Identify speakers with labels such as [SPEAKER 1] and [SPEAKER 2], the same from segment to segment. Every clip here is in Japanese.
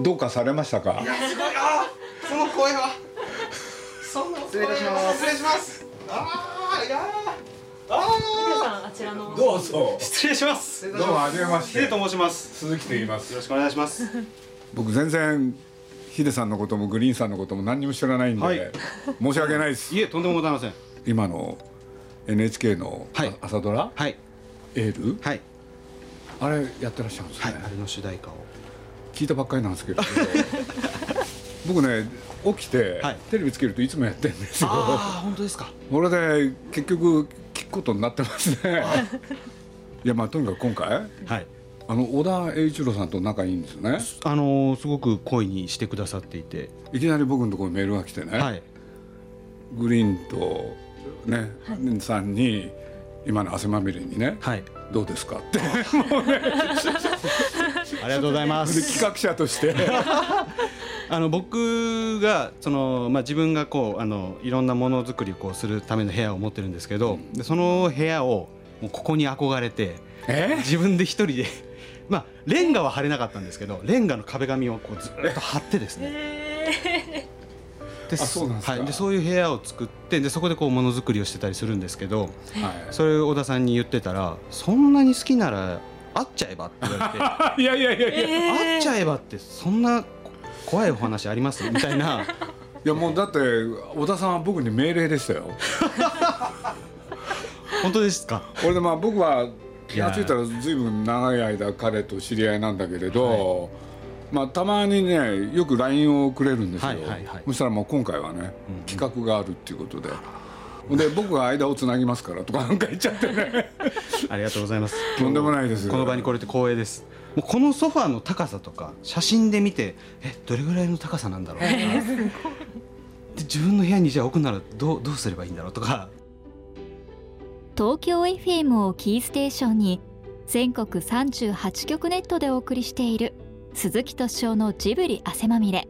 [SPEAKER 1] どうかされましたか
[SPEAKER 2] いやすごいあーその声はその
[SPEAKER 3] 失礼いたします
[SPEAKER 2] 失礼しますあーいやー
[SPEAKER 4] 皆
[SPEAKER 2] あ
[SPEAKER 4] さんあちらの
[SPEAKER 1] どうぞ
[SPEAKER 3] 失礼します
[SPEAKER 1] どうもはじめまし
[SPEAKER 3] 失礼
[SPEAKER 1] て
[SPEAKER 3] と申します
[SPEAKER 1] 鈴木と言いま
[SPEAKER 3] よろ
[SPEAKER 1] す
[SPEAKER 3] しくお願いします
[SPEAKER 1] 僕全然ヒデさんのこともグリーンさんのことも何にも知らないんで、
[SPEAKER 3] はい
[SPEAKER 1] 申し訳ないです
[SPEAKER 3] いえとんでもございません
[SPEAKER 1] 今の NHK のあ
[SPEAKER 3] はい
[SPEAKER 1] 朝ドラ
[SPEAKER 3] はい
[SPEAKER 1] 「エール
[SPEAKER 3] はい」
[SPEAKER 1] あれやってらっしゃるんです
[SPEAKER 3] は
[SPEAKER 1] ね、
[SPEAKER 3] いあれの主題歌を
[SPEAKER 1] 聞いたばっかりなんですけど僕ね起きて、
[SPEAKER 3] はい
[SPEAKER 1] テレビつけるといつもやってるんですよ
[SPEAKER 3] ああ本当ですか
[SPEAKER 1] これで結局聞くことになってますねいやまあとにかく今回
[SPEAKER 3] はい
[SPEAKER 1] あの小田栄一郎さんと仲いいんですよね
[SPEAKER 3] あのーすごく恋にしてくださっていて
[SPEAKER 1] いきなり僕のところにメールが来てね、
[SPEAKER 3] はい
[SPEAKER 1] グリーンとね、さんに今の汗まみれにね、
[SPEAKER 3] はい
[SPEAKER 1] どうですかって
[SPEAKER 3] ありがとうございま
[SPEAKER 1] です企画者として
[SPEAKER 3] あの僕がその、まあ、自分がこうあのいろんなものづくりをこうするための部屋を持ってるんですけど、でその部屋をもうここに憧れて
[SPEAKER 1] え
[SPEAKER 3] 自分で一人で まあレンガは貼れなかったんですけどレンガの壁紙をこうずっと貼ってですね
[SPEAKER 4] えー
[SPEAKER 3] で
[SPEAKER 1] そうなんですか
[SPEAKER 3] はい、でそういう部屋を作ってでそこでこうものづくりをしてたりするんですけど
[SPEAKER 1] は
[SPEAKER 3] それを小田さんに言ってたらそんなに好きなら会っちゃえばって言わ れて。
[SPEAKER 1] い、いやいやいやいやい
[SPEAKER 4] えー
[SPEAKER 3] 会っちゃえばってそんなこ怖いお話ありますみたいな
[SPEAKER 1] やもうだって小田さんは僕に命令でしたよ
[SPEAKER 3] 本当ですか
[SPEAKER 1] これでまあ僕は気が付いたら随分長い間彼と知り合いなんだけれど、まあたまにねよく LINE をくれるんですよ、
[SPEAKER 3] はいはいはい
[SPEAKER 1] そしたらもう今回はね
[SPEAKER 3] うんうん
[SPEAKER 1] 企画があるっていうことで。で僕が間をつなぎますからとかなんか言っちゃってね
[SPEAKER 3] ありがとうございます
[SPEAKER 1] とんでもないです
[SPEAKER 3] この場に来れて光栄ですもうこのソファーの高さとか写真で見てえどれぐらいの高さなんだろうとか、で自分の部屋にじゃあ置くならどうどうすればいいんだろうとか
[SPEAKER 5] 東京 FM をキーステーションに全国38局ネットでお送りしている鈴木敏夫のジブリ汗まみれ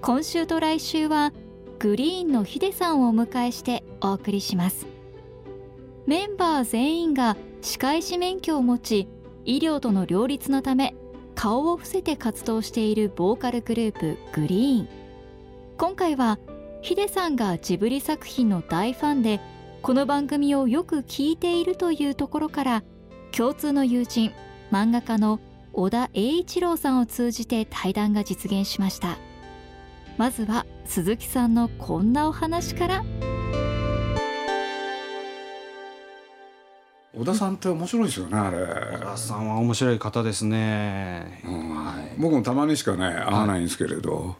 [SPEAKER 5] 今週と来週はグリーンのヒデさんをお迎えしてお送りしますメンバー全員が歯科医師免許を持ち医療との両立のため顔を伏せて活動しているボーカルグループグリーン今回はヒデさんがジブリ作品の大ファンでこの番組をよく聞いているというところから共通の友人漫画家の小田栄一郎さんを通じて対談が実現しましたまずは鈴木さんのこんなお話から
[SPEAKER 1] 小田さんって面白いですよねあれ、
[SPEAKER 3] 小田さんは面白い方ですね、
[SPEAKER 1] うん
[SPEAKER 3] はい
[SPEAKER 1] 僕もたまにしかね会わないんですけれど、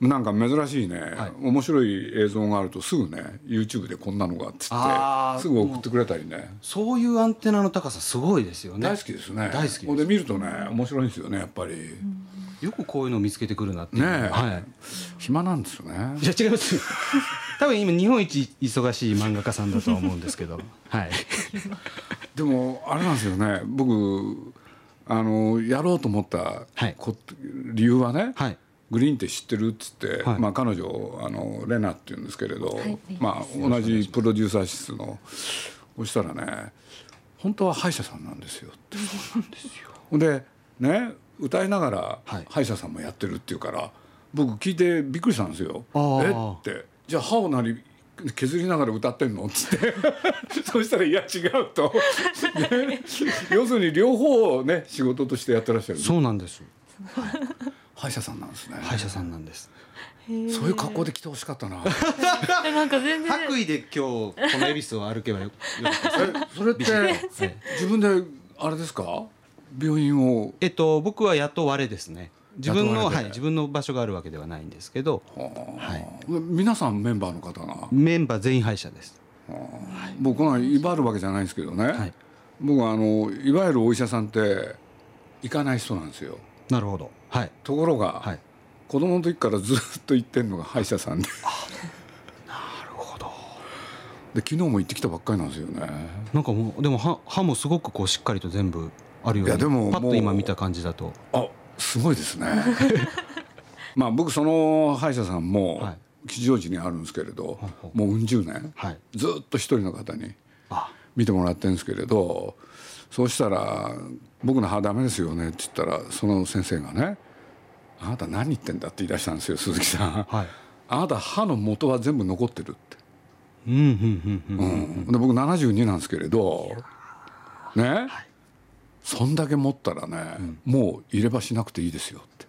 [SPEAKER 1] なんか珍しいね、
[SPEAKER 3] はい
[SPEAKER 1] 面白い映像があるとすぐね YouTube でこんなのがっつっ
[SPEAKER 3] あ
[SPEAKER 1] てす
[SPEAKER 3] ー
[SPEAKER 1] ぐ送ってくれたりね
[SPEAKER 3] そういうアンテナの高さすごいですよね
[SPEAKER 1] 大好きですね
[SPEAKER 3] 大好きです
[SPEAKER 1] これで見るとね面白いんですよねやっぱり、
[SPEAKER 3] よくこういうのを見つけてくるなっていう
[SPEAKER 1] ねえ
[SPEAKER 3] はい
[SPEAKER 1] 暇なんですよね
[SPEAKER 3] いや違いますよ 多分今日本一忙しい漫画家さんだとは思うんですけどはい
[SPEAKER 1] でもあれなんですよね僕あのやろうと思った
[SPEAKER 3] はい
[SPEAKER 1] こ理由はね、
[SPEAKER 3] はい
[SPEAKER 1] グリーンって知ってるっつって、
[SPEAKER 3] はい
[SPEAKER 1] まあ、彼女あのレナっていうんですけれど、
[SPEAKER 4] い
[SPEAKER 1] まあ、同じプロデューサー室のそしたらね本当は歯医者さんなんですよってそうなんですよでね歌いながら
[SPEAKER 3] はい
[SPEAKER 1] 歯医者さんもやってるっていうから、僕聞いてびっくりしたんですよ「
[SPEAKER 3] あー
[SPEAKER 1] えっ?」て「じゃあ歯をなり削りながら歌ってんの?」っ つってそしたら「いや違うと」 ね要するに両方をね仕事としてやってらっしゃる
[SPEAKER 3] そうなんです
[SPEAKER 1] 歯医者さんなんですね
[SPEAKER 3] 歯医者さんなんです
[SPEAKER 1] そういう格好で来てほしかった な。
[SPEAKER 4] えなんか全然
[SPEAKER 3] 衣で今日この恵比寿を歩けばよよかった です
[SPEAKER 1] えそれって
[SPEAKER 3] はい
[SPEAKER 1] 自分であれですか病院を
[SPEAKER 3] えっと僕は雇われですね自分
[SPEAKER 1] 雇われ
[SPEAKER 3] の、
[SPEAKER 1] で
[SPEAKER 3] はい、自分の場所があるわけではないんですけど、はい、
[SPEAKER 1] 皆さんメンバーの方が
[SPEAKER 3] メンバー全員歯医者です
[SPEAKER 1] 僕が威張るわけじゃないんですけどね、
[SPEAKER 3] はい
[SPEAKER 1] 僕はあのいわゆるお医者さんって行かない人なんですよ
[SPEAKER 3] なるほどはい
[SPEAKER 1] ところが、
[SPEAKER 3] はい
[SPEAKER 1] 子供の時からずっと行ってんのが歯医者さんで
[SPEAKER 3] なるほど
[SPEAKER 1] で昨日も行ってきたばっかりなんですよね
[SPEAKER 3] なんかもうでも歯歯もすごくこうしっかりと全部あるように
[SPEAKER 1] いやでも
[SPEAKER 3] パッ
[SPEAKER 1] もう
[SPEAKER 3] と今見た感じだと
[SPEAKER 1] あすごいです ねまあ僕その歯医者さん
[SPEAKER 3] は
[SPEAKER 1] も
[SPEAKER 3] い
[SPEAKER 1] 吉祥寺にあるんですけれど、
[SPEAKER 3] ほうほう
[SPEAKER 1] もううん十年
[SPEAKER 3] はい
[SPEAKER 1] ずっと一人の方に
[SPEAKER 3] あ
[SPEAKER 1] 見てもらってるんですけれどそうしたら「僕の歯ダメですよね」って言ったらその先生がね「あなた何言ってんだって言い出したんですよ鈴木さん
[SPEAKER 3] はい
[SPEAKER 1] あなた歯の元は全部残ってるって、
[SPEAKER 3] うんうんうんう
[SPEAKER 1] うんん、で僕72なんですけれどね、そんだけ持ったらね、もう入れ歯しなくていいですよって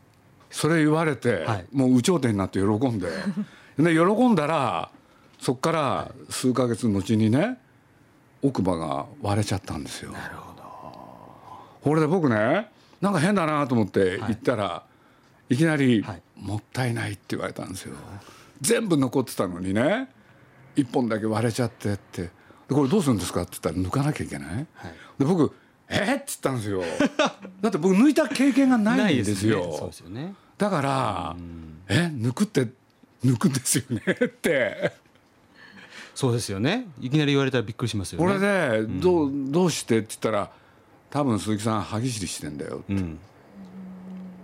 [SPEAKER 1] それ言われて、
[SPEAKER 3] はい
[SPEAKER 1] もう有頂天になって喜んでで喜んだらそっから数ヶ月後にね奥歯が割れちゃったんですよ。なるほどこれで僕ねなんか変だなと思って行ったら、い、きなり、
[SPEAKER 3] はい
[SPEAKER 1] もったいない」って言われたんですよ。全部残ってたのにね一本だけ割れちゃってってでこれどうするんですかって言ったら抜かなきゃいけない、
[SPEAKER 3] はい
[SPEAKER 1] で僕「えっ?」って言ったんです よだって僕抜いた経験がないんですよ
[SPEAKER 3] ねそうですよね
[SPEAKER 1] だから「え抜くって抜くんですよね」って
[SPEAKER 3] そうですよねいきなり言われたらびっくりしますよね
[SPEAKER 1] これでどう「どうして?」って言ったら「多分鈴木さん歯ぎしりしてんだよ」
[SPEAKER 3] うん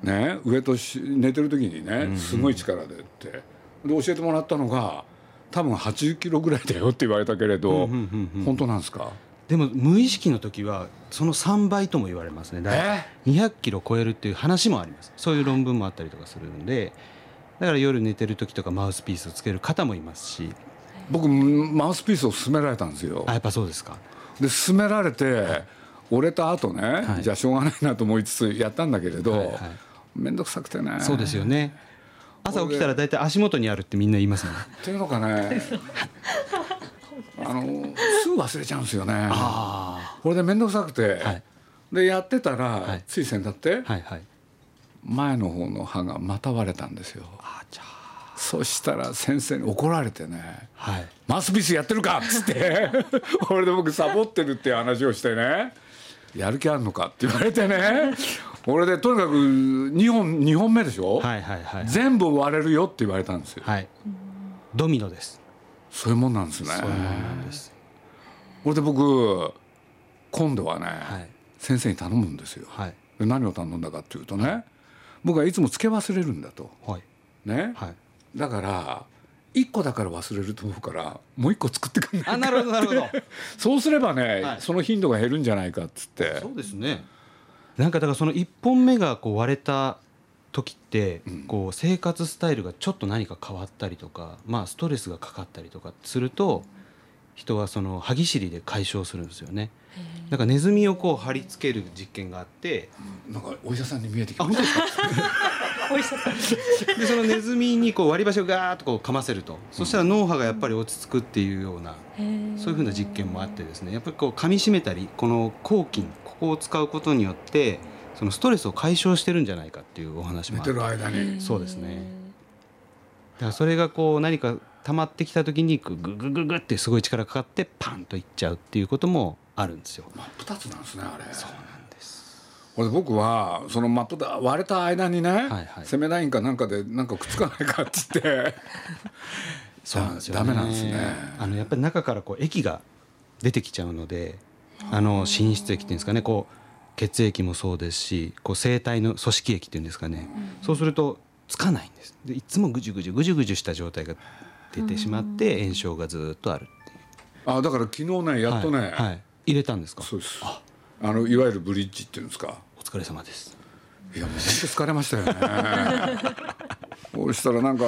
[SPEAKER 1] ね、上とし寝てる時にねすごい力でってで教えてもらったのが多分80キロぐらいだよって言われたけれど
[SPEAKER 3] うんうんうんうん
[SPEAKER 1] 本当なんですか
[SPEAKER 3] でも無意識の時はその3倍とも言われますね大体200キロ超えるっていう話もありますそういう論文もあったりとかするんでだから夜寝てる時とかマウスピースをつける方もいますし
[SPEAKER 1] 僕マウスピースを勧められたんですよ
[SPEAKER 3] あやっぱそうですか
[SPEAKER 1] で勧められて折れた後ね、
[SPEAKER 3] はい
[SPEAKER 1] じゃあしょうがないなと思いつつやったんだけれど、
[SPEAKER 3] はいはい
[SPEAKER 1] 面倒くさくてね
[SPEAKER 3] そうですよね朝起きたら大体足元にあるってみんな言いますもんね
[SPEAKER 1] っていうのか ねあのすぐ忘れちゃうんですよね
[SPEAKER 3] あ
[SPEAKER 1] これで面倒くさくて、
[SPEAKER 3] はい
[SPEAKER 1] でやってたら、
[SPEAKER 3] い
[SPEAKER 1] つい先だって、
[SPEAKER 3] あはいはい
[SPEAKER 1] 前の方の歯がまた割れたんですよ
[SPEAKER 3] あじゃ
[SPEAKER 1] そしたら先生に怒られてね
[SPEAKER 3] あはい
[SPEAKER 1] 「マウスピースやってるか!」っつって これで僕サボってるっていう話をしてね「やる気あんのか?」って言われてね俺でとにかく2本二本目でしょ、
[SPEAKER 3] はいはいはい
[SPEAKER 1] 全部割れるよって言われたんですよ、
[SPEAKER 3] はいドミノです
[SPEAKER 1] そういうもんなんですね
[SPEAKER 3] そういうものなんです
[SPEAKER 1] これで僕今度はね、
[SPEAKER 3] はい
[SPEAKER 1] 先生に頼むんですよ、
[SPEAKER 3] はい
[SPEAKER 1] で何を頼んだかっていうとね僕はいつもつけ忘れるんだと
[SPEAKER 3] はい
[SPEAKER 1] ね、
[SPEAKER 3] はい
[SPEAKER 1] だから1個だから忘れると思うからもう1個作ってくんない
[SPEAKER 3] あなるほどなるほど
[SPEAKER 1] そうすればね、
[SPEAKER 3] はい
[SPEAKER 1] その頻度が減るんじゃないかっつって
[SPEAKER 3] そうですね。なんかだからその一本目がこう割れた時って、こう生活スタイルがちょっと何か変わったりとか、まあストレスがかかったりとかすると、人はその歯ぎしりで解消するんですよね。だからネズミをこう貼り付ける実験があって、
[SPEAKER 1] なんかお医者さんに見えてき
[SPEAKER 3] あ
[SPEAKER 1] ま
[SPEAKER 3] 本
[SPEAKER 1] し
[SPEAKER 3] 当ですか。 でそのネズミにこう割り箸をガーッとこう噛ませると、そしたら脳波がやっぱり落ち着くっていうような。そういうふうな実験もあってですねやっぱりこう噛み締めたりこの抗菌ここを使うことによってそのストレスを解消してるんじゃないかっていうお話
[SPEAKER 1] た寝
[SPEAKER 3] もあ
[SPEAKER 1] て
[SPEAKER 3] る
[SPEAKER 1] る間に
[SPEAKER 3] そうですねだからそれがこう何か溜まってきた時にグググググってすごい力かかってパンといっちゃうっていうこともあるんですよ。
[SPEAKER 1] 真っ二つなんですねあれ
[SPEAKER 3] そうなんです
[SPEAKER 1] これで僕はその真っ二割れた間にね、
[SPEAKER 3] はいはい
[SPEAKER 1] セメラインかなんかでなんかくっつかないかっつって
[SPEAKER 3] そうなんですよ、ね。
[SPEAKER 1] ダメなんですね
[SPEAKER 3] あのやっぱり中からこう液が出てきちゃうので、あの滲出液っていうんですかね、こう血液もそうですし、こう生体の組織液っていうんですかね。そうするとつかないんです。でいつもぐじゅぐじゅぐじゅぐじゅした状態が出てしまって炎症がずっとあるっていう。
[SPEAKER 1] あだから昨日ねやっとね、
[SPEAKER 3] はいはい入れたんですか。
[SPEAKER 1] そうですあのいわゆるブリッジっていうんですか
[SPEAKER 3] お疲れ様です。
[SPEAKER 1] いやもう本当疲れましたよね。 そうしたらなんか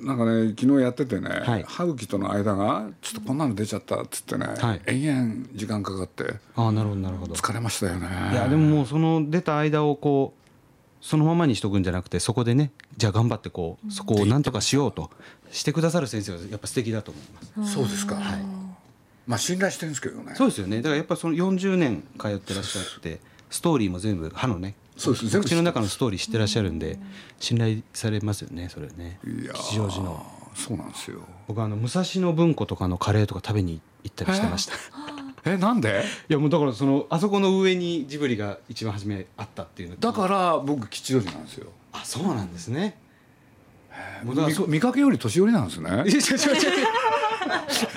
[SPEAKER 1] なんかね昨日やっててね、
[SPEAKER 3] はい
[SPEAKER 1] 歯茎との間がちょっとこんなの出ちゃったっつってね、
[SPEAKER 3] はい
[SPEAKER 1] 延々時間かかって
[SPEAKER 3] ああなるほどなるほど。
[SPEAKER 1] 疲れましたよね。
[SPEAKER 3] いやでももうその出た間をこうそのままにしとくんじゃなくてそこでねじゃあ頑張ってこうそこをなんとかしようとしてくださる先生はやっぱ素敵だと思います。
[SPEAKER 1] そうですか。まあ信頼してるんですけどね。
[SPEAKER 3] そうですよね。だからやっぱその40年通ってらっしゃってストーリーも全部歯のね
[SPEAKER 1] そうです全部知ってます
[SPEAKER 3] 口の中のストーリーしてらっしゃるんで信頼されますよねそれね
[SPEAKER 1] いやー
[SPEAKER 3] 吉祥寺の
[SPEAKER 1] そうなんですよ。
[SPEAKER 3] 僕あの武蔵野文庫とかのカレーとか食べに行ったりしてました い
[SPEAKER 1] えなんで？
[SPEAKER 3] やもうだからそのあそこの上にジブリが一番初めあったっていうの
[SPEAKER 1] だから僕吉祥寺なんですよ。
[SPEAKER 3] あそうなんですねもうだから
[SPEAKER 1] 見
[SPEAKER 3] そ
[SPEAKER 1] 見かけより年寄りなんですね
[SPEAKER 3] いや違う違う違う。違う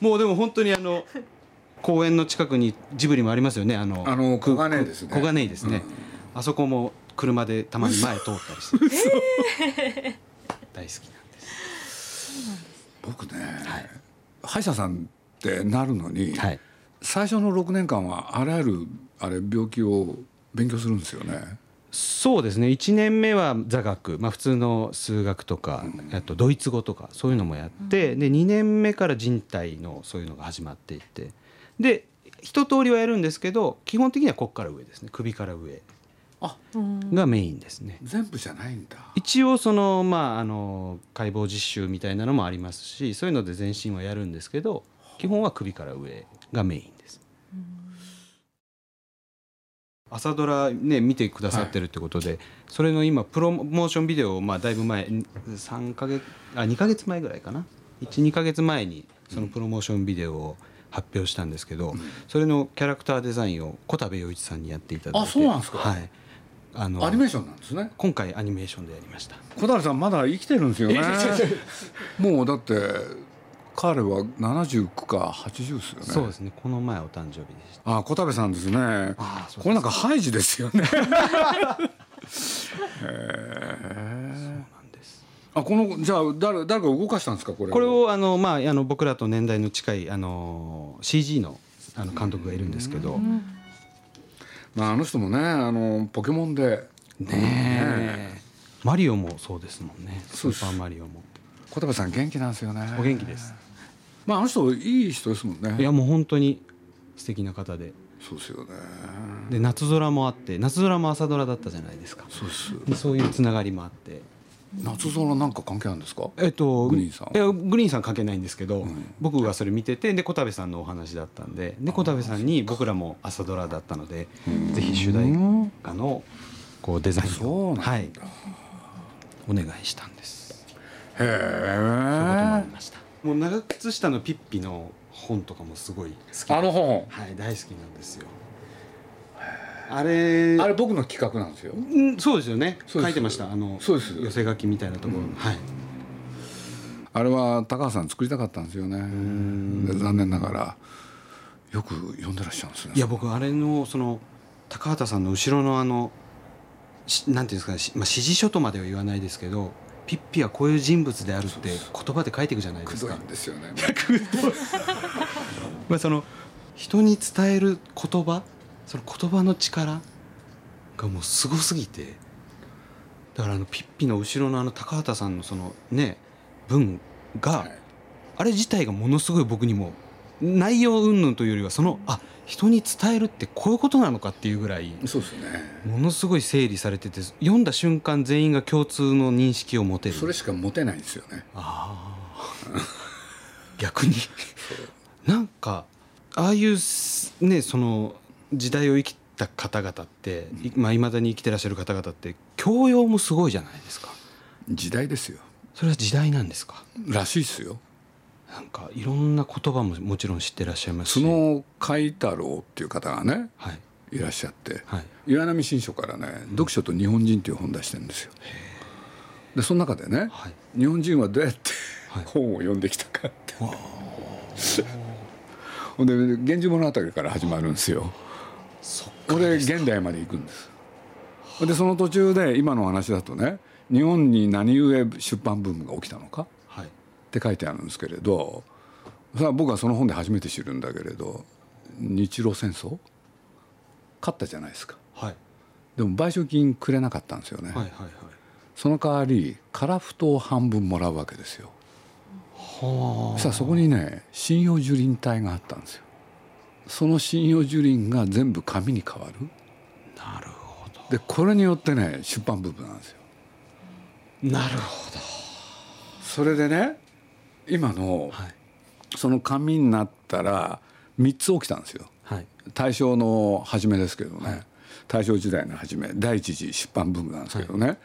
[SPEAKER 3] もうでも本当にあの公園の近くにジブリもありますよねあの
[SPEAKER 1] あの小金井ですね
[SPEAKER 3] 小金井ですね、あそこも車でたまに前通ったりして大好きなんです
[SPEAKER 1] 僕ね、歯医者さんってなるのに。
[SPEAKER 3] はい
[SPEAKER 1] 最初の6年間はあらゆるあれ病気を勉強するんですよね
[SPEAKER 3] そうですね1年目は座学、まあ、普通の数学とか、あとドイツ語とかそういうのもやって、で2年目から人体のそういうのが始まっていってで一通りはやるんですけど基本的にはここから上ですね首から上
[SPEAKER 4] うん
[SPEAKER 3] がメインですね。
[SPEAKER 1] 全部じゃないんだ
[SPEAKER 3] 一応その、まあ、あの解剖実習みたいなのもありますしそういうので全身はやるんですけど基本は首から上がメインです。朝ドラね見てくださってるってことで、それの今プロモーションビデオをまあだいぶ前3ヶ月あ2ヶ月前ぐらいかな12ヶ月前にそのプロモーションビデオを発表したんですけど、それのキャラクターデザインを小田部陽一さんにやっていただいて
[SPEAKER 1] あそうなんですか
[SPEAKER 3] はい、あの
[SPEAKER 1] アニメーションなんですね
[SPEAKER 3] 今回アニメーションでやりました
[SPEAKER 1] 小谷さんまだ生きてるんですよねもうだって彼は79か80ですよね
[SPEAKER 3] そうですねこの前お誕生日でした
[SPEAKER 1] あ小谷さんですね
[SPEAKER 3] ああそうです
[SPEAKER 1] これなんかハイジです よねへえ
[SPEAKER 3] なんです
[SPEAKER 1] あこのじゃあ誰誰が動かしたんですかこれ
[SPEAKER 3] これをあの、まあ、あの僕らと年代の近いあの CG のあの監督がいるんですけど
[SPEAKER 1] まあ、あの人もねあのポケモンで
[SPEAKER 3] ねえマリオもそうですもんねス
[SPEAKER 1] そうです
[SPEAKER 3] ーパーマリオも
[SPEAKER 1] 小谷さん元気なんですよね
[SPEAKER 3] お元気です
[SPEAKER 1] まああの人いい人ですもんね
[SPEAKER 3] いやもう本当に素敵な方で
[SPEAKER 1] そうですよね
[SPEAKER 3] で夏空もあって夏空も朝ドラだったじゃないですか
[SPEAKER 1] そうです
[SPEAKER 3] でそういうつながりもあって
[SPEAKER 1] 夏空なんか関係あるんですか
[SPEAKER 3] えっと、
[SPEAKER 1] グリーンさん
[SPEAKER 3] いやグリーンさん関係ないんですけど、
[SPEAKER 1] ん
[SPEAKER 3] 僕がそれ見ててで小田部さんのお話だったんでで小田部さんに僕らも朝ドラだったのでぜひ主題歌のこうデザイン
[SPEAKER 1] そうなん
[SPEAKER 3] を、
[SPEAKER 1] だ
[SPEAKER 3] はい、お願いしたんです。
[SPEAKER 1] へ
[SPEAKER 3] そういうこともあり
[SPEAKER 1] え
[SPEAKER 3] ました。もう長靴下のピッピの本とかもすごい好きで
[SPEAKER 1] あの本
[SPEAKER 3] はい大好きなんですよ。あれ
[SPEAKER 1] あれ僕の企画なんですよ
[SPEAKER 3] うんそうですよね
[SPEAKER 1] そうです
[SPEAKER 3] 書いてましたあの
[SPEAKER 1] そうです
[SPEAKER 3] 寄せ書きみたいなところ、はい。
[SPEAKER 1] あれは高橋さん作りたかったんですよねで残念ながらよく読んでらっしゃるんですね
[SPEAKER 3] いや僕あれのその高畑さんの後ろのあのしなんていうんですかねしまあ、指示書とまでは言わないですけどピッピはこういう人物であるって言葉で書いていくじゃないで
[SPEAKER 1] く
[SPEAKER 3] す
[SPEAKER 1] どい
[SPEAKER 3] か
[SPEAKER 1] んですよね
[SPEAKER 3] まあ、その人に伝える言葉その言葉の力がもうすごすぎてだからあのピッピの後ろのあの高畑さんのそのね文が、
[SPEAKER 1] い
[SPEAKER 3] あれ自体がものすごい僕にも内容云々というよりはそのあ人に伝えるってこういうことなのかっていうぐらい
[SPEAKER 1] そうですね
[SPEAKER 3] ものすごい整理されてて読んだ瞬間全員が共通の認識を持てる
[SPEAKER 1] それしか持てないんですよね
[SPEAKER 3] あー逆になんかああいうすねその時代を生きた方々っていまあ、未だに生きてらっしゃる方々って教養もすごいじゃないですか
[SPEAKER 1] 時代ですよ
[SPEAKER 3] それは時代なんですから
[SPEAKER 1] しいですよ
[SPEAKER 3] なんかいろんな言葉ももちろん知ってらっしゃいますし
[SPEAKER 1] 角海太郎っていう方がね
[SPEAKER 3] はい
[SPEAKER 1] いらっしゃって
[SPEAKER 3] はい
[SPEAKER 1] 岩波新書からね「読書と日本人」っていう本出してるんですよ。でその中でね
[SPEAKER 3] はい
[SPEAKER 1] 日本人はどうやって
[SPEAKER 3] はい
[SPEAKER 1] 本を読んできたかって。 ほんで「源氏物語」から始まるんですよ。
[SPEAKER 3] そっ
[SPEAKER 1] これ現代まで行くんです。でその途中で今の話だとね日本に何故出版ブームが起きたのか
[SPEAKER 3] はい
[SPEAKER 1] って書いてあるんですけれどさあ僕はその本で初めて知るんだけれど日露戦争勝ったじゃないですか。
[SPEAKER 3] はい
[SPEAKER 1] でも賠償金くれなかったんですよね、
[SPEAKER 3] はいはいはい
[SPEAKER 1] その代わり樺太を半分もらうわけですよ
[SPEAKER 3] は
[SPEAKER 1] さあそこにね針葉樹林帯があったんですよその針葉樹林が全部紙に変わる
[SPEAKER 3] あなるほど
[SPEAKER 1] でこれによってね出版部分なんですよ
[SPEAKER 3] なるほど
[SPEAKER 1] それでね今の
[SPEAKER 3] はい
[SPEAKER 1] その紙になったら3つ起きたんですよ
[SPEAKER 3] はい
[SPEAKER 1] 大正の初めですけどね、大正時代の初め第一次出版ブームなんですけどね、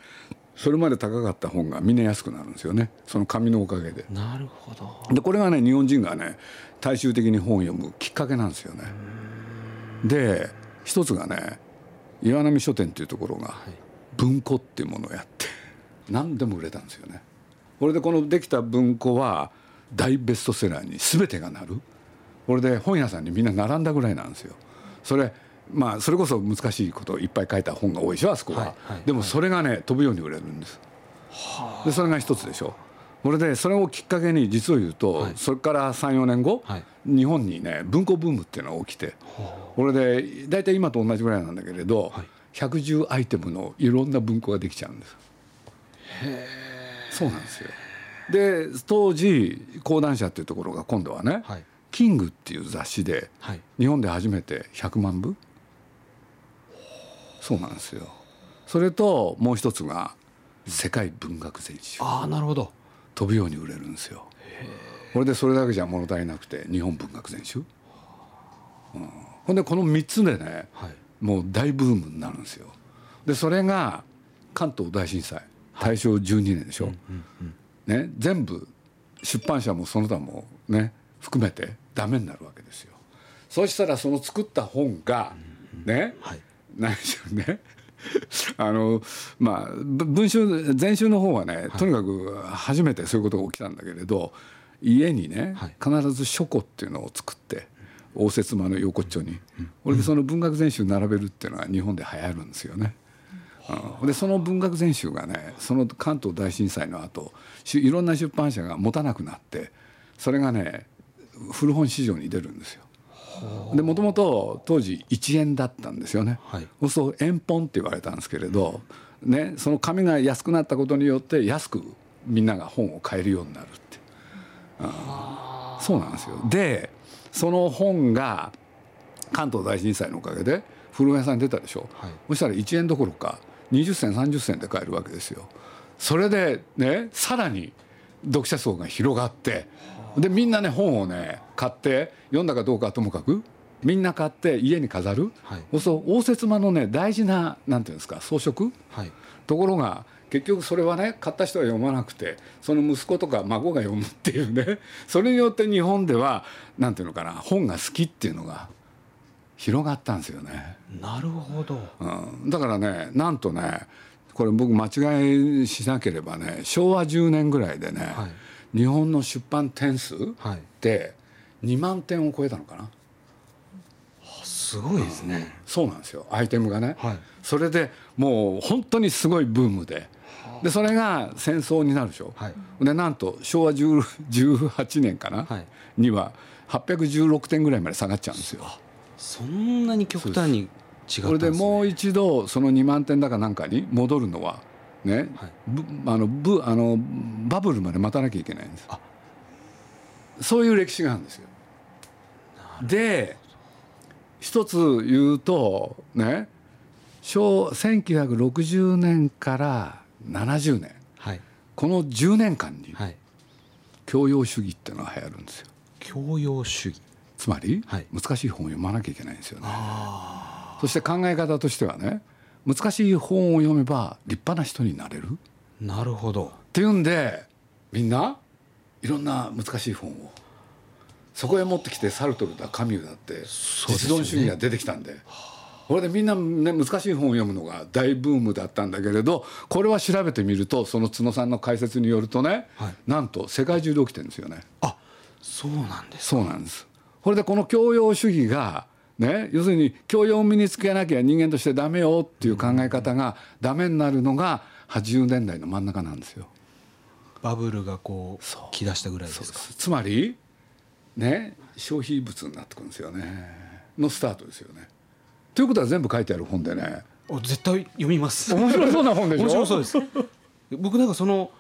[SPEAKER 1] それまで高かった本がみんな安くなるんですよねその紙のおかげで
[SPEAKER 3] なるほど
[SPEAKER 1] でこれがね日本人がね大衆的に本を読むきっかけなんですよね。で一つがね岩波書店っていうところが文庫っていうものをやって何でも売れたんですよね。これでこのできた文庫は大ベストセラーに全てがなるこれで本屋さんにみんな並んだぐらいなんですよ。それまあそれこそ難しいことをいっぱい書いた本が多いでしょあそこは、
[SPEAKER 3] はいはい
[SPEAKER 1] でもそれがね飛ぶように売れるんです。でそれが一つでしょこれでそれをきっかけに実を言うと、
[SPEAKER 3] はい
[SPEAKER 1] それから34年後、
[SPEAKER 3] はい
[SPEAKER 1] 日本にね文庫ブームっていうのが起きてこれで大体今と同じぐらいなんだけれど、
[SPEAKER 3] はい
[SPEAKER 1] 110アイテムのいろんな文庫ができちゃうんですそうなんですよで当時講談社っていうところが今度はね「
[SPEAKER 3] はい
[SPEAKER 1] キング」っていう雑誌で
[SPEAKER 3] はい
[SPEAKER 1] 日本で初めて100万部そうなんですよそれともう一つが世界文学全集
[SPEAKER 3] ああなるほど
[SPEAKER 1] 飛ぶように売れるんですよこれでそれだけじゃ物足りなくて日本文学全集、うん、ほんでこの3つでね
[SPEAKER 3] はい
[SPEAKER 1] もう大ブームになるんですよでそれが関東大震災大正12年でしょ、ね、全部出版社もその他もね含めてダメになるわけですよそしたらその作った本がね、
[SPEAKER 3] はい
[SPEAKER 1] 何でしょうね あのまあぶ文集全集の方はね、とにかく初めてそういうことが起きたんだけれど家にね、
[SPEAKER 3] はい
[SPEAKER 1] 必ず書庫っていうのを作って応接間の横っちょに、これでその文学全集並べるっていうのが日本で流行るんですよね。うんでその文学全集がねその関東大震災の後しいろんな出版社が持たなくなってそれがね古本市場に出るんですよ。でもともと当時1円だったんですよね、
[SPEAKER 3] はい
[SPEAKER 1] そうすると円本って言われたんですけれど、ね、その紙が安くなったことによって安くみんなが本を買えるようになるってあーそうなんですよでその本が関東大震災のおかげで古本屋さんに出たでしょ、
[SPEAKER 3] はい
[SPEAKER 1] そしたら1円どころか20銭30銭で買えるわけですよそれでねさらに読者層が広がってでみんなね本をね買って読んだかどうかはともかくみんな買って家に飾る、
[SPEAKER 3] はい
[SPEAKER 1] そうすると応接間のね大事ななんていうんですか装飾
[SPEAKER 3] はい
[SPEAKER 1] ところが結局それはね買った人は読まなくてその息子とか孫が読むっていうね それによって日本ではなんていうのかな本が好きっていうのが広がったんですよね。
[SPEAKER 3] なるほど
[SPEAKER 1] うんだからねなんとねこれ僕間違いしなければね昭和10年ぐらいでね、
[SPEAKER 3] は
[SPEAKER 1] 日本の出版点数っ
[SPEAKER 3] はい
[SPEAKER 1] て2万点を超えたのかな
[SPEAKER 3] すごいですね
[SPEAKER 1] そうなんですよアイテムがね、
[SPEAKER 3] はい
[SPEAKER 1] それでもう本当にすごいブームででそれが戦争になるでしょ、
[SPEAKER 3] はい
[SPEAKER 1] でなんと昭和10 18年かな、
[SPEAKER 3] はい
[SPEAKER 1] には816点ぐらいまで下がっちゃうんですよ。
[SPEAKER 3] そんなに極端に違った
[SPEAKER 1] こ
[SPEAKER 3] ん
[SPEAKER 1] れ
[SPEAKER 3] ですね
[SPEAKER 1] でもう一度その2万点だかなんかに戻るのはね、
[SPEAKER 3] はい
[SPEAKER 1] ぶあのぶあのバブルまで待たなきゃいけないんです
[SPEAKER 3] あ
[SPEAKER 1] そういう歴史があるんですよで一つ言うとね昭1960年から70年
[SPEAKER 3] はい
[SPEAKER 1] この10年間に
[SPEAKER 3] はい
[SPEAKER 1] 教養主義っていうのが流行るんですよ
[SPEAKER 3] 教養主義
[SPEAKER 1] つまり、
[SPEAKER 3] はい
[SPEAKER 1] 難しい本を読まなきゃいけないんですよねそして考え方としてはね難しい本を読めば立派な人になれるっ
[SPEAKER 3] なるほど
[SPEAKER 1] ていうんでみんないろんな難しい本をそこへ持ってきてサルトルだカミューだって
[SPEAKER 3] うです
[SPEAKER 1] 実
[SPEAKER 3] よね
[SPEAKER 1] 存主義が出てきたんでこれでみんな、ね、難しい本を読むのが大ブームだったんだけれどこれは調べてみるとその角さんの解説によるとね、
[SPEAKER 3] はい
[SPEAKER 1] なんと世界中で起きてるんですよね。
[SPEAKER 3] あそうなんです
[SPEAKER 1] そうなんです。これでこの教養主義が、ね、要するに教養を身につけなきゃ人間としてダメよっていう考え方がダメになるのが80年代の真ん中なんですよ。
[SPEAKER 3] バブルがこう
[SPEAKER 1] そう
[SPEAKER 3] 来だしたぐらいですか
[SPEAKER 1] つまり、ね、消費物になってくるんですよねのスタートですよね。ということは全部書いてある本でね
[SPEAKER 3] お絶対読みます
[SPEAKER 1] 面白そうな本でしょ
[SPEAKER 3] 面白そうです僕なんかその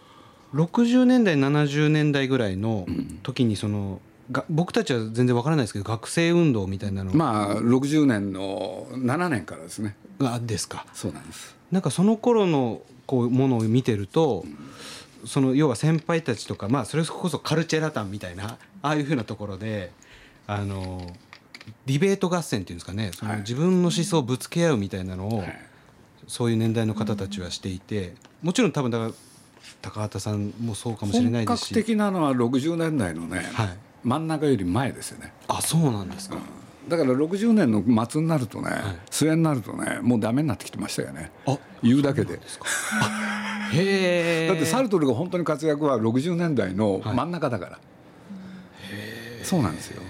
[SPEAKER 3] 60年代70年代ぐらいの時にそのが僕たちは全然わからないですけど学生運動みたいなのが
[SPEAKER 1] まあ60年の7年からですね
[SPEAKER 3] がですか
[SPEAKER 1] そうなんです。
[SPEAKER 3] なんかその頃のこうものを見てると、その要は先輩たちとか、まあ、それこそカルチェラタンみたいなああいうふうなところであのディベート合戦っていうんですかねそ
[SPEAKER 1] は
[SPEAKER 3] の
[SPEAKER 1] い
[SPEAKER 3] 自分の思想をぶつけ合うみたいなのを、
[SPEAKER 1] はい
[SPEAKER 3] そういう年代の方たちはしていてもちろん多分だから高畑さんもそうかもしれな
[SPEAKER 1] 本
[SPEAKER 3] いで
[SPEAKER 1] 格
[SPEAKER 3] すし
[SPEAKER 1] 的なのは60年代のね、
[SPEAKER 3] はい
[SPEAKER 1] 真ん中より前ですよね。
[SPEAKER 3] あそうなんですか、
[SPEAKER 1] だから60年の末になるとね、
[SPEAKER 3] い
[SPEAKER 1] 末になるとねもうダメになってきてましたよね
[SPEAKER 3] あ
[SPEAKER 1] 言うだけで
[SPEAKER 3] へえ
[SPEAKER 1] だってサルトルが本当に活躍は60年代の真ん中だから、そうなんですよ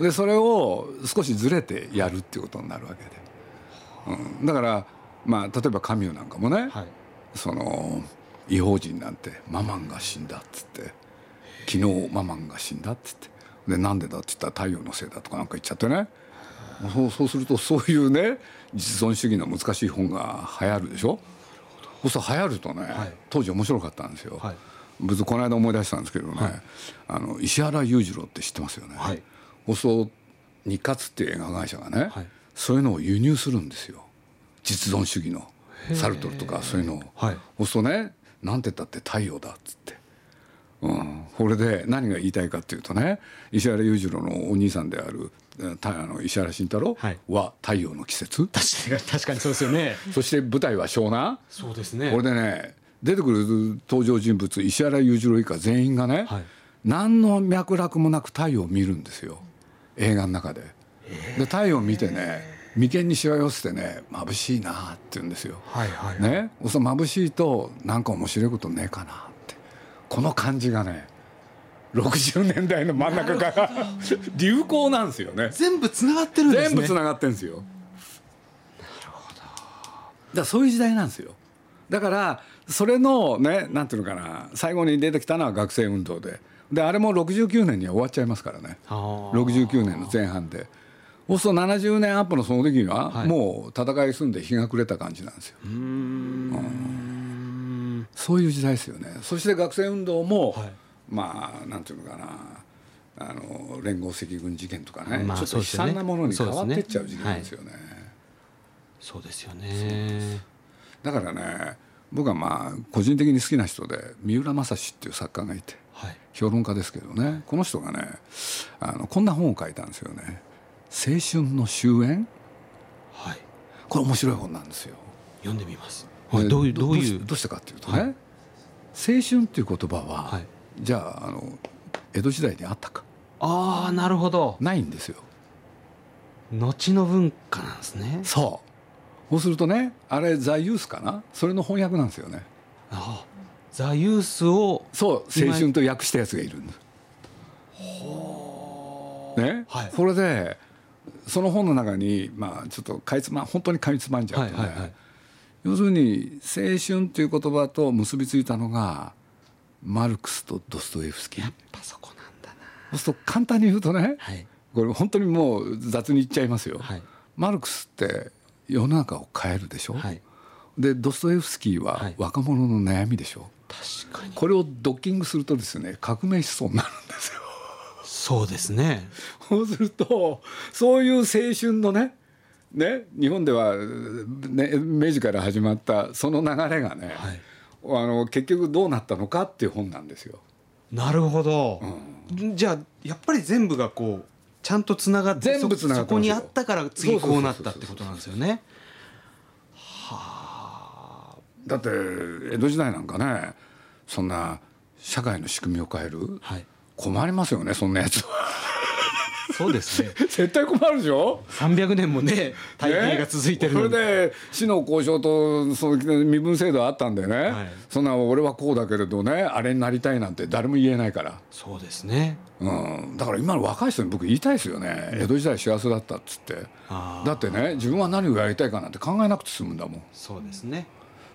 [SPEAKER 1] でそれを少しずれてやるっていうことになるわけで、うん、だから、まあ、例えばカミューなんかもね、
[SPEAKER 3] はい
[SPEAKER 1] その異邦人なんてママンが死んだっつって昨日ママンが死んだっつってでなんでだって言ったら太陽のせいだとかなんか言っちゃってねそうそうするとそういうね実存主義の難しい本が流行るでしょそうすると流行るとね、
[SPEAKER 3] はい
[SPEAKER 1] 当時面白かったんですよ、
[SPEAKER 3] はい
[SPEAKER 1] 別にこの間思い出したんですけどね、あの石原裕次郎って知ってますよね、
[SPEAKER 3] はい
[SPEAKER 1] 放送日活っていう映画会社がね、
[SPEAKER 3] はい
[SPEAKER 1] そういうのを輸入するんですよ実存主義のサルトルとかそういうのを、
[SPEAKER 3] はい
[SPEAKER 1] そうするとねなんて言ったって太陽だっつって。うん、これで何が言いたいかっていうとね石原裕次郎のお兄さんであるえたあの石原慎太郎
[SPEAKER 3] はい
[SPEAKER 1] は「太陽の季節」
[SPEAKER 3] 確かに確かにそうですよね
[SPEAKER 1] そして舞台は湘南
[SPEAKER 3] そうですね
[SPEAKER 1] これでね出てくる登場人物石原裕次郎以下全員がね、
[SPEAKER 3] はい
[SPEAKER 1] 何の脈絡もなく太陽を見るんですよ映画の中で。で太陽を見てね眉間にしわ寄せてね眩しいなって言うんですよ。
[SPEAKER 3] はいはい、
[SPEAKER 1] ね、そう眩しいとなんか面白いことねえかなってこの感じがね60年代の真ん中から流行なんですよね
[SPEAKER 3] 全部つながってるんですね
[SPEAKER 1] 全部つながってんですよ。なるほど。だからそういう時代なんですよ。だからそれのねなんていうのかな最後に出てきたのは学生運動でであれも69年には終わっちゃいますからね
[SPEAKER 3] あー
[SPEAKER 1] 69年の前半でそうすると70年アップのその時には
[SPEAKER 3] はい
[SPEAKER 1] もう戦い済んで日が暮れた感じなんですよ、
[SPEAKER 3] うーん
[SPEAKER 1] そういう時代ですよねそして学生運動も、
[SPEAKER 3] はい
[SPEAKER 1] まあなんていうのかなあの連合赤軍事件とかね、
[SPEAKER 3] まあ
[SPEAKER 1] ちょっと悲
[SPEAKER 3] そうですよね
[SPEAKER 1] 惨なものに変わってっちゃう時期
[SPEAKER 3] そうですね
[SPEAKER 1] なんですよね。
[SPEAKER 3] そうですよね
[SPEAKER 1] だからね僕はまあ個人的に好きな人で三浦正史っていう作家がいて
[SPEAKER 3] はい
[SPEAKER 1] 評論家ですけどねこの人がねあのこんな本を書いたんですよね「青春の終焉
[SPEAKER 3] はい」
[SPEAKER 1] これ面白い本なんですよ。
[SPEAKER 3] 読んでみます、
[SPEAKER 1] こ
[SPEAKER 3] は
[SPEAKER 1] れ
[SPEAKER 3] い、どういうどうい
[SPEAKER 1] し
[SPEAKER 3] う
[SPEAKER 1] どうしたかっていうとね、
[SPEAKER 3] はい
[SPEAKER 1] 青春っていう言葉は、
[SPEAKER 3] はい
[SPEAKER 1] じゃああの江戸時代にあったか
[SPEAKER 3] ああなるほど
[SPEAKER 1] ないんですよ。
[SPEAKER 3] 後の文化なんですね
[SPEAKER 1] そうそうするとねあれ「ザ・ユース」かなそれの翻訳なんですよね。
[SPEAKER 3] ああザ・ユースを
[SPEAKER 1] そう青春と訳したやつがいるんです。ね
[SPEAKER 3] はい
[SPEAKER 1] これでその本の中にまあちょっとかいつま本当にかいつまんじゃうとね、
[SPEAKER 3] はいはいはい
[SPEAKER 1] 要するに青春という言葉と結びついたのがマルクスとドストエフスキー
[SPEAKER 3] やっぱそこなんだな
[SPEAKER 1] そうすると簡単に言うとね
[SPEAKER 3] はい
[SPEAKER 1] これ本当にもう雑に言っちゃいますよ、
[SPEAKER 3] はい
[SPEAKER 1] マルクスって世の中を変えるでしょ、
[SPEAKER 3] はい
[SPEAKER 1] でドストエフスキーは若者の悩みでしょ、
[SPEAKER 3] 確かに
[SPEAKER 1] これをドッキングするとですね革命思想になるんです よ
[SPEAKER 3] そうですね
[SPEAKER 1] そうするとそういう青春のねね日本では、ね、明治から始まったその流れがね、
[SPEAKER 3] はい
[SPEAKER 1] あの結局どうなったのかっていう本なんですよ。
[SPEAKER 3] なるほど、じゃあやっぱり全部がこうちゃんとつながって
[SPEAKER 1] 全部
[SPEAKER 3] そ
[SPEAKER 1] つなが
[SPEAKER 3] そ
[SPEAKER 1] って
[SPEAKER 3] こ
[SPEAKER 1] ます
[SPEAKER 3] に
[SPEAKER 1] よ
[SPEAKER 3] あったから次こうなったってことなんですよね
[SPEAKER 1] だって江戸時代なんかねそんな社会の仕組みを変える
[SPEAKER 3] はい
[SPEAKER 1] 困りますよねそんなやつは
[SPEAKER 3] そうですね
[SPEAKER 1] 絶対困るでしょ
[SPEAKER 3] 300年もね体系が続いてるの
[SPEAKER 1] ね
[SPEAKER 3] に、
[SPEAKER 1] それで市の交渉とその身分制度あったんでね、
[SPEAKER 3] はい
[SPEAKER 1] そんな俺はこうだけれどねあれになりたいなんて誰も言えないから。
[SPEAKER 3] そうですね
[SPEAKER 1] うん、だから今の若い人に僕言いたいですよね江戸時代幸せだったっつって
[SPEAKER 3] あー
[SPEAKER 1] だってね自分は何をやりたいかなんて考えなくて済むんだもん
[SPEAKER 3] そうですね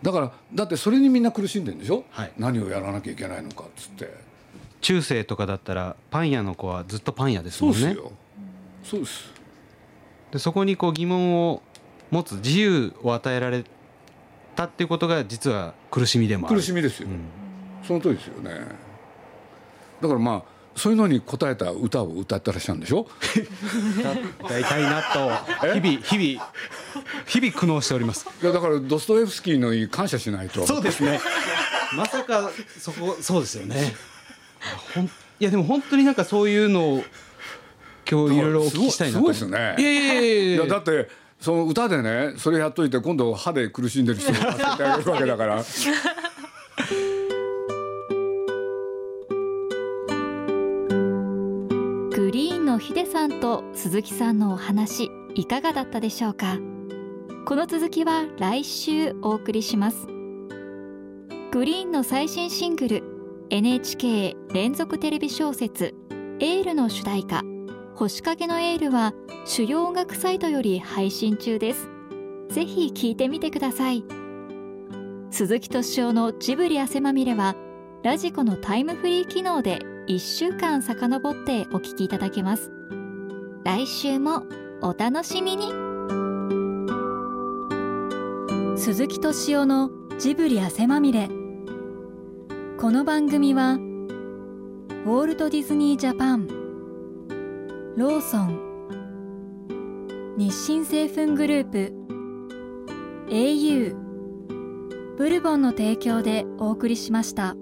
[SPEAKER 1] だからだってそれにみんな苦しんでるんでしょ、
[SPEAKER 3] はい
[SPEAKER 1] 何をやらなきゃいけないのかっつって
[SPEAKER 3] 中世とかだったらパン屋の子はずっとパン屋です
[SPEAKER 1] そう
[SPEAKER 3] も
[SPEAKER 1] で
[SPEAKER 3] ん
[SPEAKER 1] す
[SPEAKER 3] ね
[SPEAKER 1] よ、そうです
[SPEAKER 3] でそこにこう疑問を持つ自由を与えられたっていうことが実は苦しみでもある
[SPEAKER 1] 苦しみですよ、
[SPEAKER 3] うん
[SPEAKER 1] その通りですよねだからまあそういうのに応えた歌を歌ってらっしゃるんでしょ
[SPEAKER 3] だだいたいなと日々日々日々苦悩しております
[SPEAKER 1] いやだからドストエフスキーのに感謝しないと
[SPEAKER 3] そうですねまさかそこそうですよねほんいやでも本当になんかそういうのを今日いろいろお聞きしたいなと思って
[SPEAKER 1] すごいすごいですね
[SPEAKER 3] いやいやいやいや
[SPEAKER 1] いやだってその歌でねそれやっといて今度歯で苦しんでる人を助けてあげるわけだから
[SPEAKER 5] グリーンのヒデさんと鈴木さんのお話いかがだったでしょうかこの続きは来週お送りしますグリーンの最新シングル NHK 連続テレビ小説エールの主題歌星影のエールは主要音楽サイトより配信中ですぜひ聞いてみてください鈴木敏夫のジブリ汗まみれはラジコのタイムフリー機能で1週間遡ってお聞きいただけます来週もお楽しみに鈴木敏夫のジブリ汗まみれこの番組はウォールト・ディズニー・ジャパンローソン日清製粉グループ au ブルボンの提供でお送りしました。